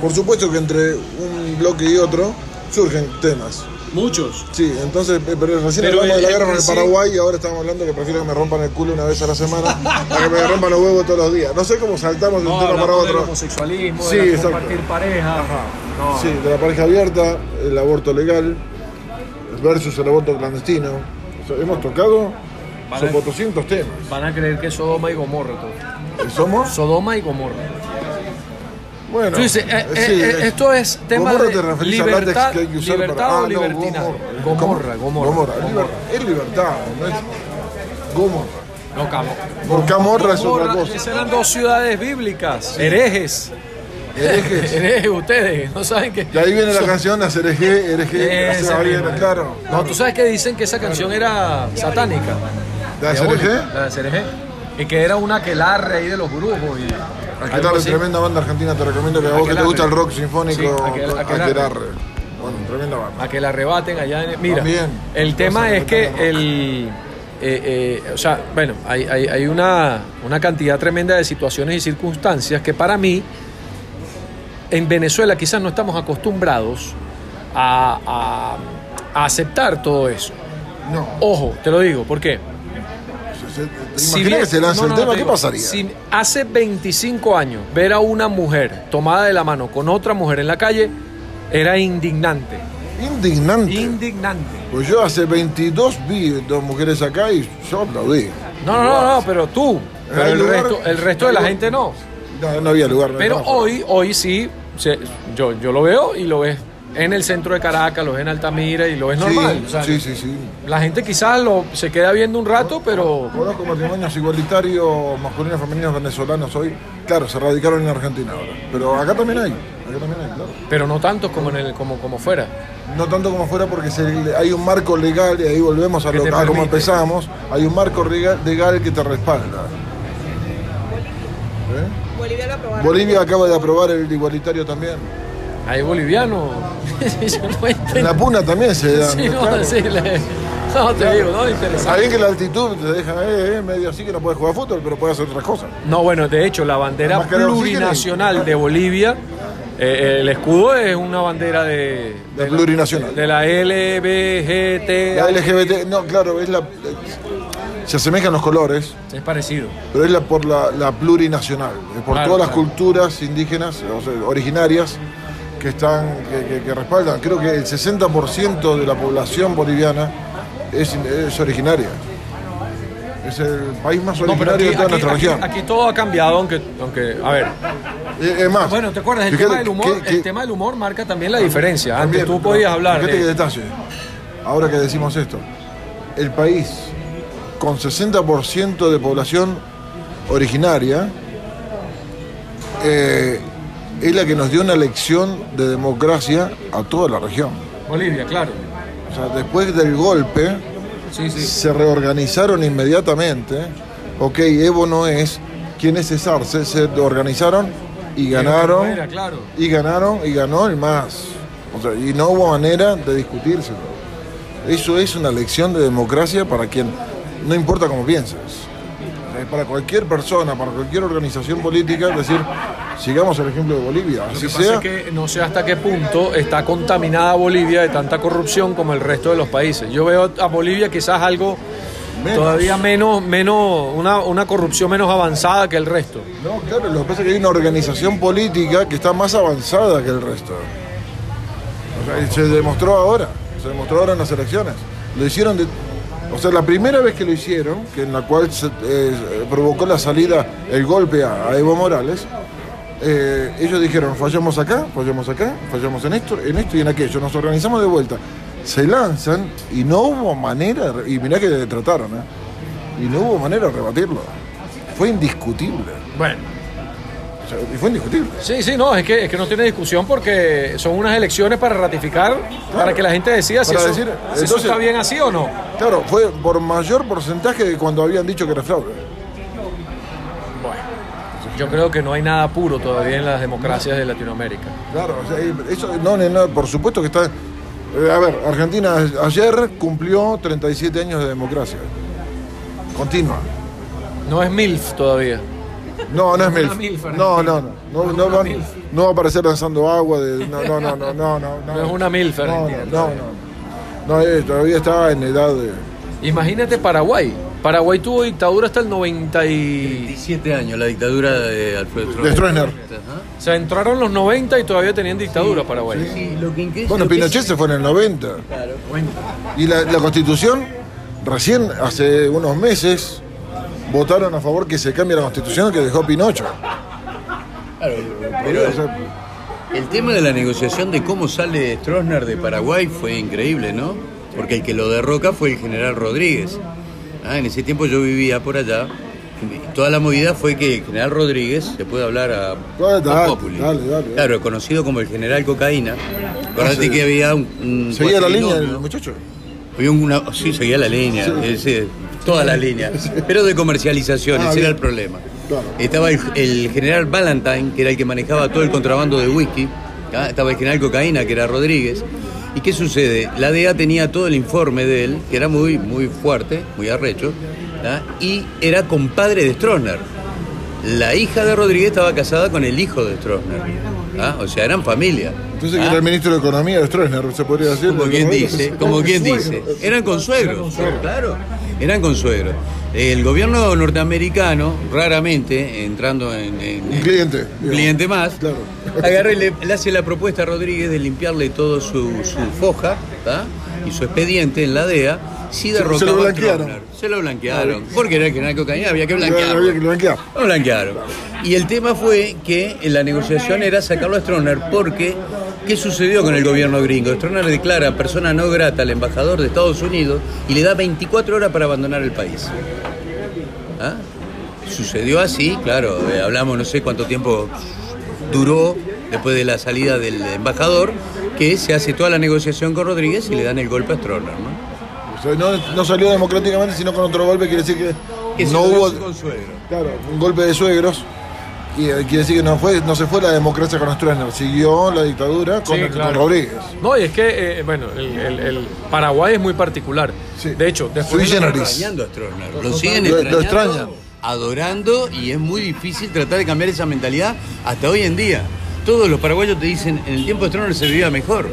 Por supuesto que entre un bloque y otro surgen temas.
Muchos.
Sí, entonces, eh, pero recién
Pero
hablamos de la
el-
guerra
el
con el
recién-
Paraguay y ahora estamos hablando que prefiero que me rompan el culo una vez a la semana a que me rompan los huevos todos los días. No sé cómo saltamos de un tema para
hablamos del
otro.
homosexualismo,
Sí,
de la
exacto.
compartir pareja. No.
Sí, de la pareja abierta, el aborto legal versus el aborto clandestino. O sea, hemos tocado
Para-
400 temas.
Van a creer que es Sodoma y Gomorra todo.
¿Y somos?
Sodoma y Gomorra.
Bueno,
Tú dices, eh,
sí,
eh, eh, esto es tema
Gomorra
de
te referís a
libertad-
látex que hay que usar
libertad
para- Ah,
o libertinaje.
Gomorra.
Gomorra, Gomorra,
Es
Gomorra.
liber- Es libertad, no es Gomorra.
No, Camo-
Por Camorra es otra
Gomorra,
cosa.
esas eran dos ciudades bíblicas, herejes.
Herejes.
Herejes ustedes, no saben que...
Y ahí viene la canción, las hereje, hereje,
Esa
las hereje,
misma.
claro.
No, tú sabes que dicen que esa canción era satánica.
Las hereje,
La de Cereje. Y que era una aquelarre ahí de los brujos y...
aquí
algo
está la
así.
tremenda banda argentina, te recomiendo que a vos que te
Aquelarre.
gusta el rock
Sí,
sinfónico,
aquel- aquelarre.
Aquelarre. Bueno, tremenda banda.
a que la rebaten allá en... Mira,
También.
el tema
Pasa
es
que
que
metan la roca.
el... eh, eh, o sea, bueno, hay, hay- hay una, una cantidad tremenda de situaciones y circunstancias que para mí, en Venezuela quizás no estamos acostumbrados a- a- a aceptar todo eso.
No,
Ojo, te lo digo, ¿por qué?
se- se- te
Si
imaginas
ve-
que se lanza
no,
el
no, no,
tema,
te
¿qué
digo,
pasaría?
si hace 25 años ver a una mujer tomada de la mano con otra mujer en la calle era indignante.
Indignante.
Indignante.
Pues yo hace 22 vi dos mujeres acá y yo aplaudí.
No, no, no, no, pero tú. Pero
Hay
el
lugar-
resto, el resto de la
hay-
gente no.
No, no había lugar. no
Pero oh,
estaba.
hoy, hoy sí, se- yo, yo lo veo y lo ves en el centro de Caracas, lo ves en Altamira y lo ves
Sí,
normal. o sea,
sí, sí, sí.
La gente quizás lo, se queda viendo un rato, pero
Conozco matrimonios igualitarios, masculinos, femeninos, venezolanos hoy. Claro, se radicaron en Argentina ahora. Pero acá también hay. Acá también hay, claro.
pero no tantos como, en el, como, como fuera.
No tanto como fuera porque se- hay un marco legal, y ahí volvemos a,
Que
lo,
te
a como
permite.
empezamos, hay un marco rega- legal que te respalda. ¿Eh?
Bolivia lo aprobaron.
Bolivia acaba de aprobar el igualitario también.
Hay bolivianos. Yo no
En
entiendo.
la puna también se da.
Sí, no,
claro.
sí, le- No, te digo, no, interesante.
Está bien que la altitud te deja eh, eh, medio así que no puedes jugar fútbol, pero puedes hacer otras cosas.
No, bueno, de hecho, la bandera
Además, creo que sí que le-
plurinacional de Bolivia, eh, el escudo es una bandera de.
De
la-
plurinacional.
De la LBGT.
La LGBT, no, claro, es la. eh, Se asemejan los colores,
Es parecido.
pero es la, por la, la plurinacional, es por
Claro,
todas las
claro.
culturas indígenas, o sea, originarias, que están, que, que- que respaldan. Creo que el 60% de la población boliviana es, es originaria. Es el país más
No,
originario
pero aquí,
de toda
aquí-
nuestra
aquí-
región.
aquí todo ha cambiado, aunque, aunque a ver.
Eh, Es más,
Bueno, ¿te acuerdas? El
fíjate
tema del humor,
que- que-
el tema del humor marca también la diferencia. Antes
También,
tú
pero
podías hablar
Fíjate qué
de,
detalle. Ahora que decimos esto, el país con 60% de población originaria eh, es la que nos dio una lección de democracia a toda la región.
Bolivia, claro.
O sea, después del golpe
Sí, sí.
se reorganizaron inmediatamente. Ok, Evo no es. ¿Quién es Cesarce? Se organizaron y ganaron
Era, claro.
y ganaron y ganó el más. O sea, y no hubo manera de discutírselo. Eso es una lección de democracia para quien, no importa cómo pienses. O sea, es Para cualquier persona, para cualquier organización política, es decir, sigamos el ejemplo de Bolivia,
Lo
así
que pasa
sea.
es que no sé hasta qué punto está contaminada Bolivia de tanta corrupción como el resto de los países. Yo veo a Bolivia quizás algo
Menos.
todavía menos, menos una, una corrupción menos avanzada que el resto.
No, claro, lo que pasa es que hay una organización política que está más avanzada que el resto. O sea, y se demostró ahora, se demostró ahora en las elecciones. Lo hicieron de. O sea, la primera vez que lo hicieron, que en la cual se eh, provocó la salida, el golpe a, a Evo Morales, eh, ellos dijeron, fallamos acá, fallamos acá, fallamos en esto, en esto y en aquello, nos organizamos de vuelta. Se lanzan y no hubo manera, de re- y mirá que trataron, ¿eh? y no hubo manera de rebatirlo. Fue indiscutible.
Bueno.
O sea, y fue indiscutible.
Sí, sí, no, es que, es que no tiene discusión porque son unas elecciones para ratificar, para que la gente decida si,
Para
eso,
decir,
si eso
entonces-
está bien así o no.
Claro, fue por mayor porcentaje de cuando habían dicho que era fraude.
Bueno, yo creo que no hay nada puro todavía en las democracias de Latinoamérica.
Claro, o sea, eso no, no, no, por supuesto que está. eh, a ver, Argentina ayer cumplió 37 años de democracia. Continua.
No es MILF todavía.
No, no es
Una
MILF.
milf,
No, no, no. No, no van- no va a aparecer lanzando agua. De, no, no, no, no, no, no.
No es una milf,
No, no,
Argentina,
no. no. No, eh, todavía está en edad de.
Imagínate Paraguay. Paraguay tuvo dictadura hasta el 90 y...
17 años, la dictadura de Alfredo Stroessner.
De Stroessner.
Ajá.
Se entraron los 90 y todavía tenían dictadura Paraguay.
Sí, lo que increíble-
Bueno,
lo que-
Pinochet se fue en el 90.
Claro, bueno.
Y la, la constitución, recién hace unos meses, votaron a favor que se cambie la constitución que dejó Pinocho.
Claro, pero
O sea,
el tema de la negociación de cómo sale Stroessner de Paraguay fue increíble, ¿no? Porque el que lo derroca fue el general Rodríguez. Ah, en ese tiempo yo vivía por allá. y Toda la movida fue que el general Rodríguez, se puede hablar a
Dale, dale,
Populi.
dale, dale, dale.
Claro, conocido como el general Cocaína. Acuérdate que había un, un
seguía la línea
cuatrinomio.
del muchacho.
Había una- sí, seguía la línea, ese- toda la línea, pero de comercialización,
Ah,
ese
bien.
era el problema.
Claro.
Estaba el, el general Valentine, que era el que manejaba todo el contrabando de whisky, ¿ah? estaba el general Cocaína, que era Rodríguez. ¿Y qué sucede? La DEA tenía todo el informe de él, que era muy, muy fuerte, muy arrecho, ¿ah? y era compadre de Stroessner. La hija de Rodríguez estaba casada con el hijo de Stroessner, ¿ah? o sea, eran familia.
Entonces, que
¿ah?
era el ministro de Economía de Stroessner, se podría decir.
Como
de
quien
Economía.
dice, como quien dice. Eran consuegros, claro. Eran consuegros. El gobierno norteamericano, raramente, entrando en... en-
Un cliente.
un cliente más,
Claro.
agarra y le, le hace la propuesta a Rodríguez de limpiarle todo su, su foja ¿tá? y su expediente en la DEA. Si derrocaba
se lo
a
blanquearon.
Stroessner. Se lo blanquearon. Porque era el general cocaína, había que blanquearlo.
Había que blanquear.
Lo blanquearon. Y el tema fue que en la negociación era sacarlo a Stroessner porque ¿qué sucedió con el gobierno gringo? Stroessner declara persona no grata al embajador de Estados Unidos y le da 24 horas para abandonar el país. ¿Ah? Sucedió así, claro, eh, hablamos no sé cuánto tiempo duró después de la salida del embajador, que se hace toda la negociación con Rodríguez y le dan el golpe a Stroessner, ¿no?
O sea, no, no salió democráticamente, sino con otro golpe, quiere decir que,
Que se
no
logró
hubo.
su consuegro.
Claro, un golpe de suegros. Y eh, quiere decir que no, fue, no se fue la democracia con Stroessner, siguió la dictadura con,
Sí,
con
claro.
Rodríguez.
No, y es que, eh, bueno, el, el- el Paraguay es muy particular.
Sí.
De hecho,
Sui
después.
Sí, generis.
extrañando a Stroessner. Lo siguen
Lo- lo
extrañando,
extrañan.
adorando y es muy difícil tratar de cambiar esa mentalidad hasta hoy en día. Todos los paraguayos te dicen, en el tiempo de Stroessner se vivía mejor.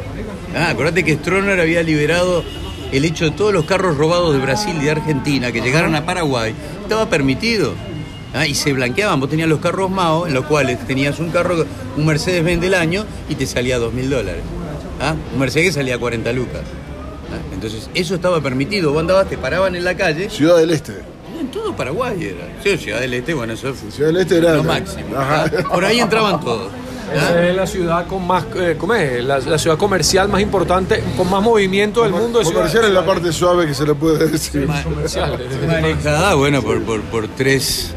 Ah, acordate que Stroessner había liberado el hecho de todos los carros robados de Brasil y de Argentina que llegaron a Paraguay. Estaba permitido. Ah, y se blanqueaban, vos tenías los carros Mao, en los cuales tenías un carro, un Mercedes-Benz del año y te salía dos mil dólares. Ah, Un Mercedes salía 40 lucas. Ah, Entonces, eso estaba permitido. Vos andabas, te paraban en la calle.
Ciudad del Este.
En todo Paraguay era. Sí, Ciudad del Este, bueno, eso fue
Ciudad del Este era.
lo máximo.
Ajá.
¿ah? Por ahí entraban todos. ¿ah?
Esa es la ciudad con más. eh, ¿cómo es? La, la ciudad comercial más importante, con más movimiento del mundo. de
Comercial
ciudades.
es la parte suave que se le puede decir.
Ma-
comerciales.
Manejada, bueno, por, por, por tres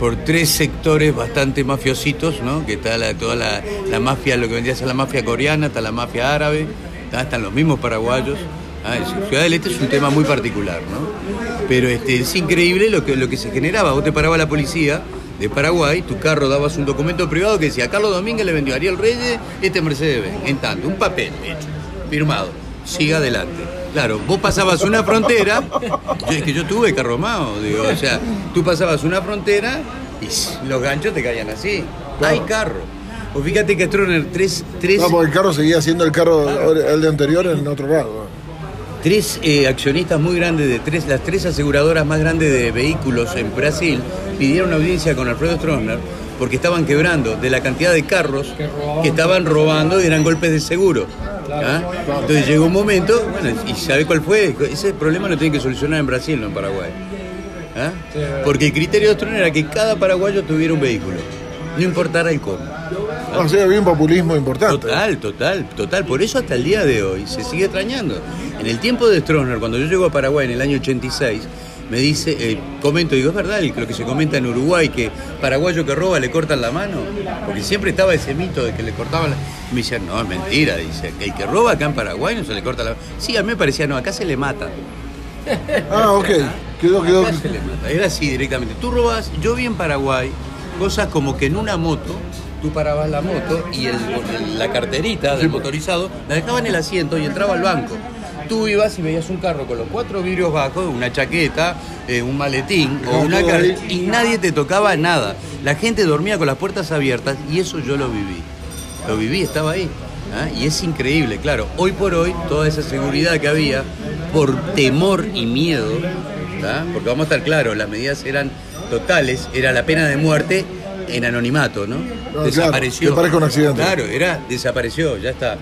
por tres sectores bastante mafiositos, ¿no? Que está la, toda la, la mafia, lo que vendría a ser la mafia coreana, está la mafia árabe, ¿tá? están los mismos paraguayos. Ah, es- Ciudad del Este es un tema muy particular, ¿no? Pero este, es increíble lo que, lo que se generaba. Vos te paraba la policía de Paraguay, tu carro dabas un documento privado que decía, Carlos Domínguez le vendió a Ariel Reyes este Mercedes-Benz. En tanto, un papel hecho, firmado siga adelante. Claro, vos pasabas una frontera, yo, es que yo tuve carromao, digo, o sea, tú pasabas una frontera y s- los ganchos te caían así. Hay carro. O fíjate que Stroessner, tres, tres,
No, porque el carro seguía siendo el carro, el de anterior en otro lado.
tres eh, accionistas muy grandes, de tres, las tres aseguradoras más grandes de vehículos en Brasil, pidieron audiencia con Alfredo Stroessner porque estaban quebrando de la cantidad de carros que estaban robando y eran golpes de seguro. ¿ah? Entonces llegó un momento, bueno, ¿y sabe cuál fue? Ese problema lo tienen que solucionar en Brasil, no en Paraguay. ¿ah? Porque el criterio de Stroessner era que cada paraguayo tuviera un vehículo, no importara el cómo.
O sea, había un populismo importante.
Total, total, total. Por eso hasta el día de hoy se sigue extrañando. En el tiempo de Stroessner, cuando yo llego a Paraguay en el año 86, me dice, eh, comento, digo, es verdad lo que se comenta en Uruguay, que paraguayo que roba le cortan la mano, porque siempre estaba ese mito de que le cortaban la Me dicen, no, es mentira, dice, el que roba acá en Paraguay no se le corta la mano. Sí, a mí me parecía, no, acá se le mata.
Ah, ok. Quedó, quedó.
Acá se le mata. Era así directamente. Tú robas, yo vi en Paraguay cosas como que en una moto, tú parabas la moto y el- el- la carterita del motorizado la dejaba en el asiento y entraba al banco. Tú ibas y veías un carro con los cuatro vidrios bajos, una chaqueta, eh, un maletín o una
todo
car-
ahí.
y nadie te tocaba nada. La gente dormía con las puertas abiertas y eso yo lo viví. Lo viví, estaba ahí. ¿ah? Y es increíble, claro. Hoy por hoy, toda esa seguridad que había, por temor y miedo, ¿tá? porque vamos a estar claros, las medidas eran totales, era la pena de muerte en anonimato, ¿no?
claro,
desapareció.
que parezca un accidente.
Claro, era, desapareció, ya está.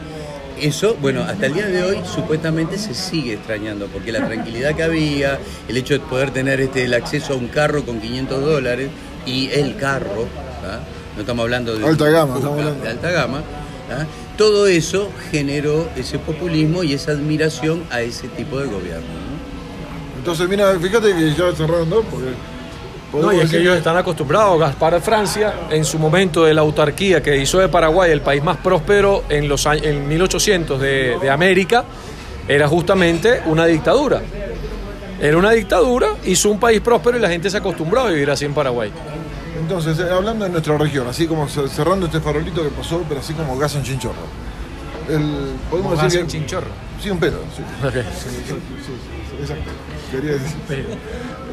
Eso, bueno, hasta el día de hoy supuestamente se sigue extrañando, porque la tranquilidad que había, el hecho de poder tener este, el acceso a un carro con 500 dólares y el carro, ¿tá? no estamos hablando de...
Alta gama,
Fuca,
estamos hablando.
de alta gama, ¿tá? todo eso generó ese populismo y esa admiración a ese tipo de gobierno. ¿no?
Entonces, mira, fíjate que ya cerraron dos porque.
No, y es que ellos están acostumbrados. Gaspar Francia, en su momento de la autarquía que hizo de Paraguay el país más próspero en los años, en 1800 de, de América, era justamente una dictadura. Era una dictadura, hizo un país próspero y la gente se acostumbró a vivir así en Paraguay.
Entonces, eh, hablando de nuestra región, así como cer- cerrando este farolito que pasó, pero así como gas en chinchorro. El, podemos
Como gas
decir
en
que-
chinchorro.
Sí, un pedo, sí. Sí, sí, sí, exacto. Quería decir.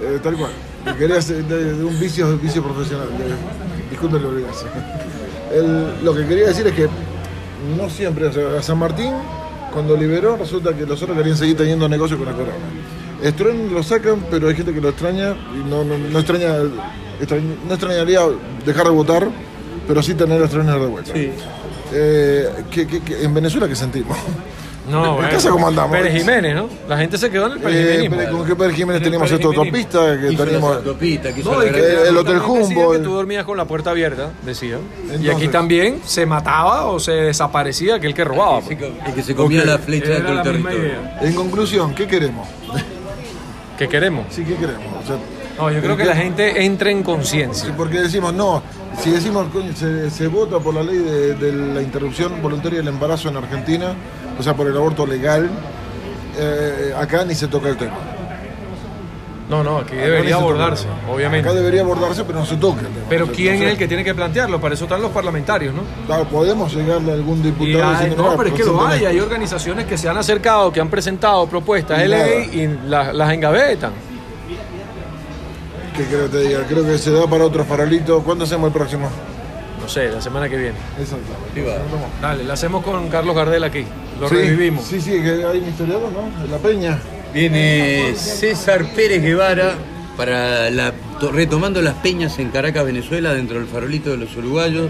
Eh, tal cual. Quería hacer de, de un vicio, de vicio profesional. de- disculpen la obligación. El- lo que quería decir es que no siempre, o sea, a San Martín, cuando liberó, resulta que los otros querían seguir teniendo negocio con la corona. Estrón lo sacan, pero hay gente que lo extraña y no, no, no extraña, extrañ- no extrañaría dejar de votar, pero sí tener a Estrón de vuelta. Eh, ¿qué- qué- qué- en Venezuela, ¿qué sentimos?
No,
¿En casa cómo andamos?
Pérez Jiménez, ¿no? La gente se quedó en el Pérez
Eh,
Jiménez.
pero con Jeper Jiménez
El
teníamos
Pérez
esto autopista, que
Hizo
teníamos.
las autopistas, que hizo
No,
la
y que
gran-
el- el Hotel
también decían
Humboldt.
que tú dormías con la puerta abierta, decían. y
Entonces.
aquí también se mataba o se desaparecía aquel que robaba. pues.
el que se comía
Ok.
la flecha de todo el territorio.
En conclusión, ¿qué queremos?
¿Qué queremos?
Sí, ¿qué queremos? O sea,
No, yo creo que la gente entre en conciencia.
porque decimos, no, si decimos, coño, se, se vota por la ley de, de la interrupción voluntaria del embarazo en Argentina, o sea, por el aborto legal, eh, acá ni se toca el tema.
No, no, aquí debería
se toca
abordarse,
el tema.
obviamente.
Acá debería abordarse, pero no se toca. el tema.
Pero
No se-
¿quién
no
es
se-
el que tiene que plantearlo? Para eso están los parlamentarios, ¿no?
Claro, podemos llegarle a algún
Y
diputado
hay-
diciendo, "Ah,
no, pero es que lo
presenten
hay.
esto.
Hay organizaciones que se han acercado, que han presentado propuestas
Y
de
nada.
ley y las, las engavetan.
¿Qué creo que te diga? Creo que se da para otro farolito. ¿Cuándo hacemos el próximo?
No sé, la semana que viene.
Exacto.
Sí, va.
Dale, la hacemos con Carlos Gardel aquí. Lo
Ah. Sí,
revivimos.
Sí, sí, que hay un historiador, ¿no? De la Peña.
Viene César Pérez Guevara para la, to- retomando las peñas en Caracas, Venezuela, dentro del farolito de los uruguayos.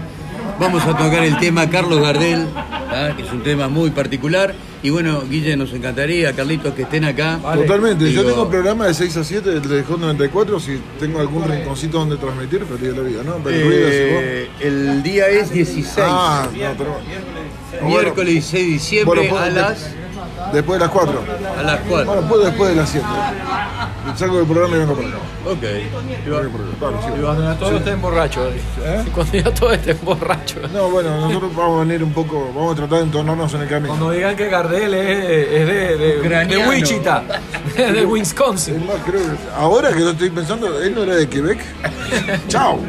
Vamos a tocar el tema Carlos Gardel, ¿ah? que es un tema muy particular. Y bueno, Guille, nos encantaría, Carlitos, que estén acá.
Vale.
Totalmente. Yo
Digo-
tengo un programa de 6 a 7 del Tejón 94. Si tengo algún rinconcito donde transmitir, feliz de la vida, ¿no? Pero ruido, si vos-
Eh, el día es 16,
Ah, no, pero...
miércoles 16 de diciembre
Bueno,
a,
pues,
las,
Después de las 4.
a las 4.
Bueno, puedo después de las 7. Salgo del programa y vengo para acá.
Ok. Y va-
Vengo para acá. Claro, sí.
Y cuando ya todos estén borrachos.
¿Eh?
Cuando ya todos estén borrachos.
No, bueno, nosotros vamos a venir un poco, vamos a tratar de entonarnos en el camino.
Cuando digan que Gardel es, es de, de, de
Ucraniano.
Wichita, de
Es
Wisconsin.
más, creo que ahora que lo estoy pensando, él no era de Quebec. Chao.